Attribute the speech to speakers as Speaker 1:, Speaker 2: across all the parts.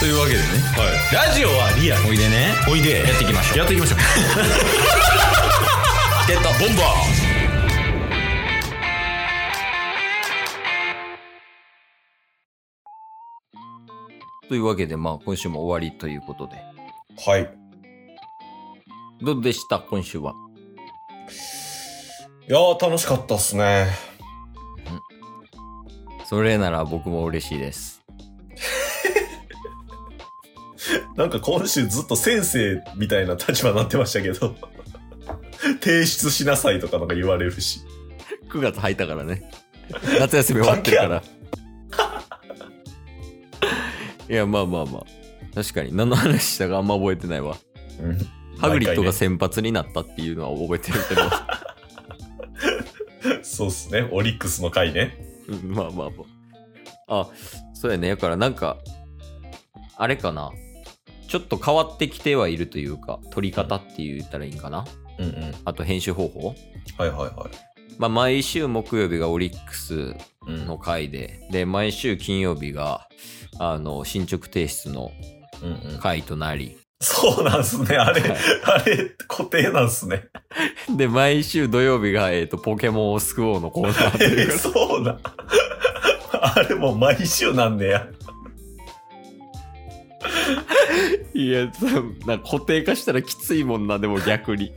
Speaker 1: というわけでね
Speaker 2: はい。ラジオはリアル。
Speaker 1: おいでね
Speaker 2: おいで。
Speaker 1: やっていきましょう
Speaker 2: やっていきましょう。
Speaker 1: ゲットボンバーというわけでまあ今週も終わりということで
Speaker 2: はい。
Speaker 1: どうでした今週はい
Speaker 2: やー、楽しかったっすね。
Speaker 1: それなら僕も嬉しいです
Speaker 2: なんか今週ずっと先生みたいな立場になってましたけど。 提出しなさいとかなんか言われるし。
Speaker 1: 9月入ったからね 夏休み終わってるからいやまあまあまあ確かに何の話したかあんま覚えてないわ
Speaker 2: うん。
Speaker 1: ハグリッドが先発になったっていうのは覚えてるけど、
Speaker 2: そうっすね。オリックスの回ね。
Speaker 1: うんまあまあまあ。あ、そうやね。だからなんか、あれかな。ちょっと変わってきてはいるというか、撮り方って言ったらいいんかな。
Speaker 2: うんうん。
Speaker 1: あと編集方法。
Speaker 2: はいはいは
Speaker 1: まあ毎週木曜日がオリックス
Speaker 2: い。うん
Speaker 1: の回で、で、毎週金曜日が、あの、進捗提出の
Speaker 2: うんうん、
Speaker 1: 回となり、
Speaker 2: そうなんすね。あれ
Speaker 1: はい、
Speaker 2: あれ、固定なんすね。
Speaker 1: で、毎週土曜日が、えっ、と、ポケモンを救おうのコーナーとい
Speaker 2: え
Speaker 1: う か、
Speaker 2: そうなん。あれもう毎週なんねや。
Speaker 1: いや、そうなんか固定化したらきついもんな、でも逆に。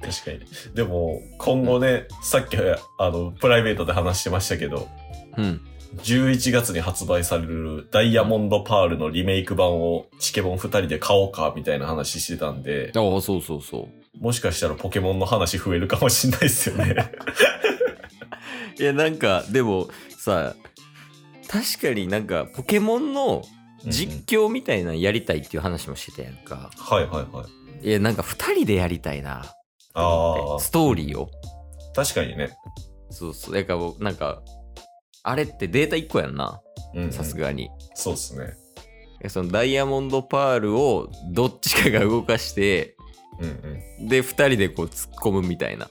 Speaker 2: 確かに。でも、今後ね、さっき、あの、プライベートで話してましたけど、
Speaker 1: うん。
Speaker 2: 11月に発売されるダイヤモンドパールのリメイク版をチケボン2人で買おうかみたいな話してたんで、
Speaker 1: ああ、そうそうそう。
Speaker 2: もしかしたらポケモンの話増えるかもしんないですよ ね。
Speaker 1: いやなんかでもさ確かになんかポケモンの実況みたいなのやりたいっていう話もしてたやんか、
Speaker 2: はいはいはい。
Speaker 1: いやなんか2人でやりたいな
Speaker 2: あ
Speaker 1: ストーリーを
Speaker 2: あ、確かにね。
Speaker 1: そうそうだからなんかあれってデータ1個やんな
Speaker 2: うんうん
Speaker 1: さす。がに、
Speaker 2: そうっすね。
Speaker 1: えそのダイヤモンドパールをどっちかが動かして
Speaker 2: うんうん。
Speaker 1: で2人でこう突っ込むみたいな、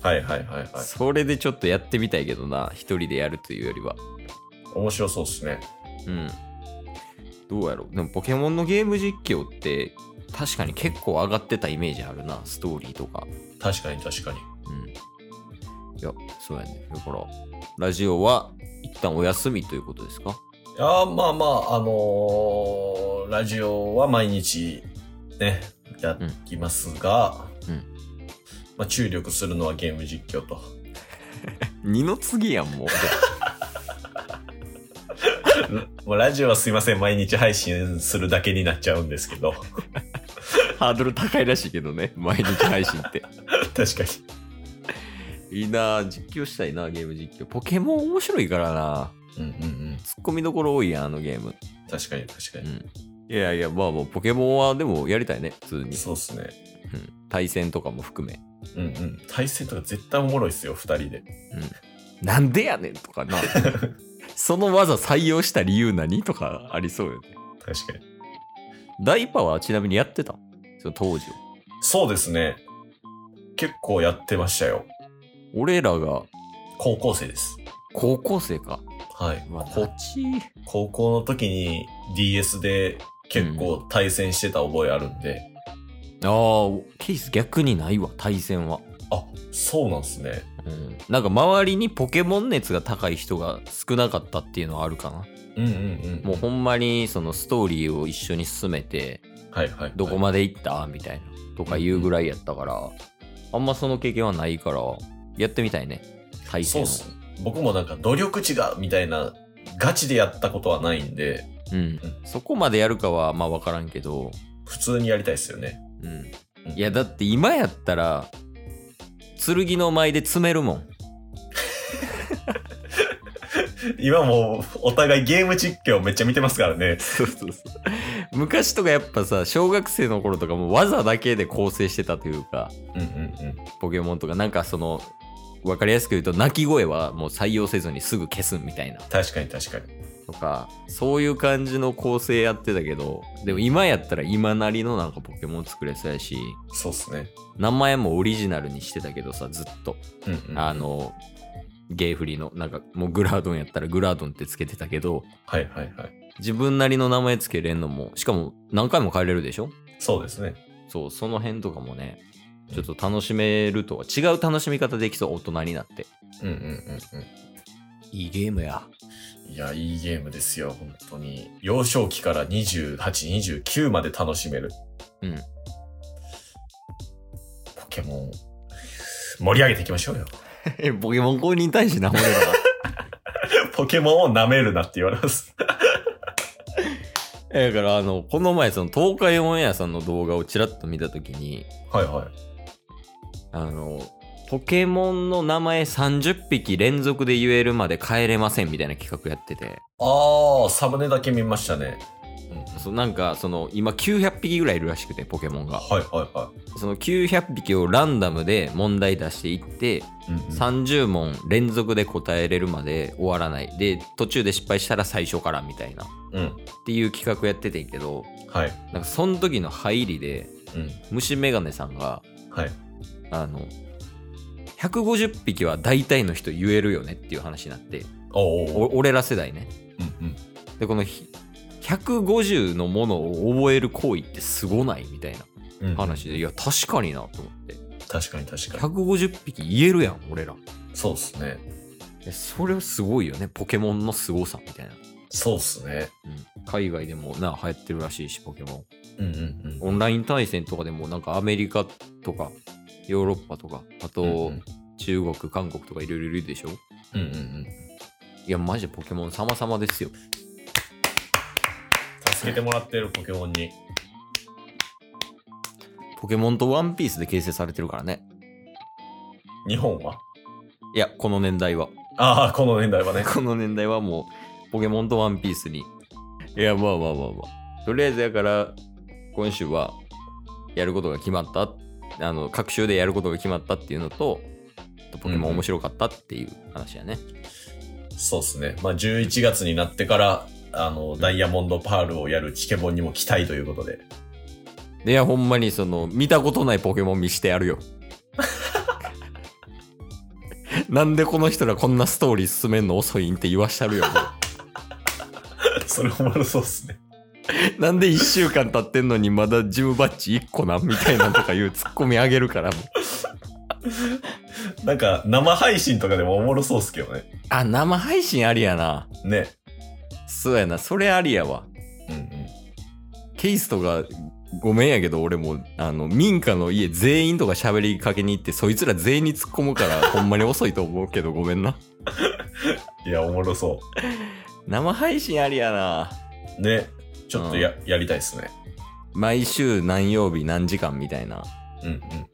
Speaker 2: はいはいはいはい。
Speaker 1: それでちょっとやってみたいけどな1人でやるというよりは
Speaker 2: 面白そうっすね。
Speaker 1: うん。どうやろうでもポケモンのゲーム実況って確かに結構上がってたイメージあるな、ストーリーとか。
Speaker 2: 確かに確かに。
Speaker 1: うん。いや、そうやね。だから、ラジオは一旦お休みということですか
Speaker 2: あーまあまあ、あのーラジオは毎日ね、やってきますが、
Speaker 1: うんうん
Speaker 2: まあ、注力するのはゲーム実況と。
Speaker 1: 二の次やん、もう。
Speaker 2: まあ、ラジオはすいません、毎日配信するだけになっちゃうんですけど、
Speaker 1: ハードル高いらしいけどね、毎日配信って。
Speaker 2: 確かに。
Speaker 1: いいなぁ実況したいなゲーム実況。ポケモン面白いからな
Speaker 2: うんうんうん。
Speaker 1: ツッコミどころ多いやん、あのゲーム。
Speaker 2: 確かに確か
Speaker 1: う
Speaker 2: に。
Speaker 1: ん。いやいや、まあまあ、ポケモンはでもやりたいね、普通に。
Speaker 2: そうっすね。
Speaker 1: うん。対戦とかも含め。
Speaker 2: うんうん。対戦とか絶対おもろいっすよ、二人で。
Speaker 1: なんでやねんとか な。その技採用した理由何とかありそうよね。
Speaker 2: 確かに。
Speaker 1: ダイパはちなみにやってたその当時を。
Speaker 2: そうですね。結構やってましたよ。
Speaker 1: 俺らが
Speaker 2: 高校生です。
Speaker 1: 高校生か。
Speaker 2: はい。
Speaker 1: まあ、
Speaker 2: 高
Speaker 1: こっち。
Speaker 2: 高校の時に DS で結構対戦してた覚えあるんで、
Speaker 1: ああ、ケース逆にないわ、対戦は。
Speaker 2: あそうなんすね
Speaker 1: うん、なんか周りにポケモン熱が高い人が少なかったっていうのはあるかな。
Speaker 2: うんうんうん
Speaker 1: もうほんまにそのストーリーを一緒に進めて、
Speaker 2: はいはい
Speaker 1: どこまで行ったみたいなとか言うぐらいやったから、あんまその経験はないから、やってみたいね。対
Speaker 2: そう
Speaker 1: 戦
Speaker 2: っす
Speaker 1: を。
Speaker 2: 僕もなんか努力値がみたいなガチでやったことはないんで
Speaker 1: うん、そこまでやるかはまあ分からんけど、
Speaker 2: 普通にやりたいっすよね
Speaker 1: うん、
Speaker 2: うん
Speaker 1: いやだって今やったら剣の舞で詰めるもん
Speaker 2: 今もうお互いゲーム実況めっちゃ見てますからね
Speaker 1: 昔とかやっぱさ小学生の頃とかもう技だけで構成してたというか
Speaker 2: うんうん
Speaker 1: ポケモンとかなんかその分かりやすく言うと鳴き声はもう採用せずにすぐ消すみたいな
Speaker 2: 確かに確かに
Speaker 1: とかそういう感じの構成やってたけどでも今やったら今なりのなんかポケモン作れそうやし
Speaker 2: そうっすね
Speaker 1: 名前もオリジナルにしてたけどさずっと
Speaker 2: うんうん
Speaker 1: あの、ゲイフリーの、なんかもうグラードンやったらグラードンってつけてたけど、
Speaker 2: はいはいはい
Speaker 1: 自分なりの名前つけれんのもしかも何回も変えれるでしょ
Speaker 2: そうですね。
Speaker 1: そうその辺とかもねちょっと楽しめるとは違う楽しみ方できそう大人になって
Speaker 2: うんうんうん
Speaker 1: いいゲームや
Speaker 2: うん。いや、いいゲームですよ、本当に。幼少期から28、29まで楽しめる。
Speaker 1: うん。
Speaker 2: ポケモン、盛り上げていきましょうよ。
Speaker 1: え ポケモン公認大使な俺らが
Speaker 2: ポケモンを舐めるなって言われます。
Speaker 1: えだからあのこの前その東海オンエアさんの動画をちらっと見た時に
Speaker 2: はいは
Speaker 1: あのポケモンの名前30匹連続で言えるまで帰れませんみたいな企画やってて
Speaker 2: い。ああ、サムネだけ見ましたね。うん。
Speaker 1: そうなんかその今900匹ぐらいいるらしくてポケモンが
Speaker 2: はいはいは
Speaker 1: その900匹をランダムで問題出していっ
Speaker 2: い。
Speaker 1: て
Speaker 2: うんうん
Speaker 1: 30問連続で答えれるまで終わらないで途中で失敗したら最初からみたいなっ
Speaker 2: うん。
Speaker 1: ていう企画やっててんけど
Speaker 2: はい。
Speaker 1: なんかその時の入りで
Speaker 2: うん。
Speaker 1: 虫眼鏡さんが
Speaker 2: はい。
Speaker 1: あの150匹は大体の人言えるよねっていう話になって
Speaker 2: おうおうおう。
Speaker 1: お俺ら世代ね
Speaker 2: うんうん。
Speaker 1: でこのひ150のものを覚える行為ってすごないみたいな
Speaker 2: うん、
Speaker 1: 話でいや確かになと思って
Speaker 2: 確かに確かに
Speaker 1: 150匹言えるやん俺ら
Speaker 2: そうっすね
Speaker 1: えそれはすごいよねポケモンの凄さみたいな、
Speaker 2: そうっすね
Speaker 1: うん、海外でもな流行ってるらしいしポケモ
Speaker 2: う
Speaker 1: ン
Speaker 2: んうん
Speaker 1: オンライン対戦とかでもなんかアメリカとかヨーロッパとか
Speaker 2: う
Speaker 1: あ
Speaker 2: ん
Speaker 1: と
Speaker 2: うん
Speaker 1: 中国韓国とかいろいろいるでしょ
Speaker 2: うんうんうん
Speaker 1: いやマジでポケモン様々ですよ
Speaker 2: 助けてもらってるポケモンに
Speaker 1: ポケモンとワンピースで形成されてるからね
Speaker 2: 日本はい
Speaker 1: やこの年代は
Speaker 2: ああこの年代はね
Speaker 1: この年代はもう、ポケモンとワンピースに。いや、まあまあまあまあ。とりあえずやから、今週は、やることが決まった。あの、各週でやることが決まったっていうのと、ポケモン面白かったっていう話やね。
Speaker 2: そうっすねまあ11月になってからあのダイヤモンドパールをやるチケボンにも期待ということで
Speaker 1: いや、ほんまにその、見たことないポケモン見してやる よ。なんでこの人らこんなストーリー進めんの遅いんって言わしたるよ。も
Speaker 2: それおもろそうっすね
Speaker 1: うなんで1週間経ってんのにまだジムバッジ1個なんみたいなとかいうツッコミあげるから。もう
Speaker 2: なんか生配信とかでもおもろそうっすけどね
Speaker 1: あ、生配信ありやな。
Speaker 2: ね
Speaker 1: そうやな、それありやわ。
Speaker 2: うん
Speaker 1: ケイスとか、ごめんやけど、俺も、あの、民家の家全員とか喋りかけに行って、そいつら全員に突っ込むから、 ほんまに遅いと思うけど、ごめんな。
Speaker 2: うんいやおもろそ
Speaker 1: 生配信ありやな。
Speaker 2: うねちょっとや,、やりたいっすね
Speaker 1: 毎週何曜日何時間みたいな。
Speaker 2: うん
Speaker 1: 確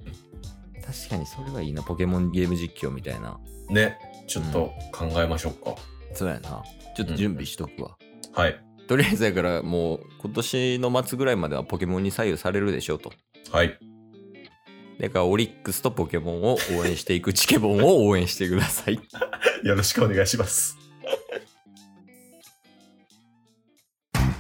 Speaker 1: かにそれはいいな、ポケモンゲーム実況みたいな。
Speaker 2: うんねちょっと考えましょうか、
Speaker 1: そうやな。ちょっと準備しとくわ。
Speaker 2: はい
Speaker 1: とりあえずやから、もう、今年の末ぐらいまではポケモンに左右されるでしょうと。
Speaker 2: はい
Speaker 1: だから、オリックスとポケモンを応援していく、チケボンを応援してください。
Speaker 2: よろしくお願いします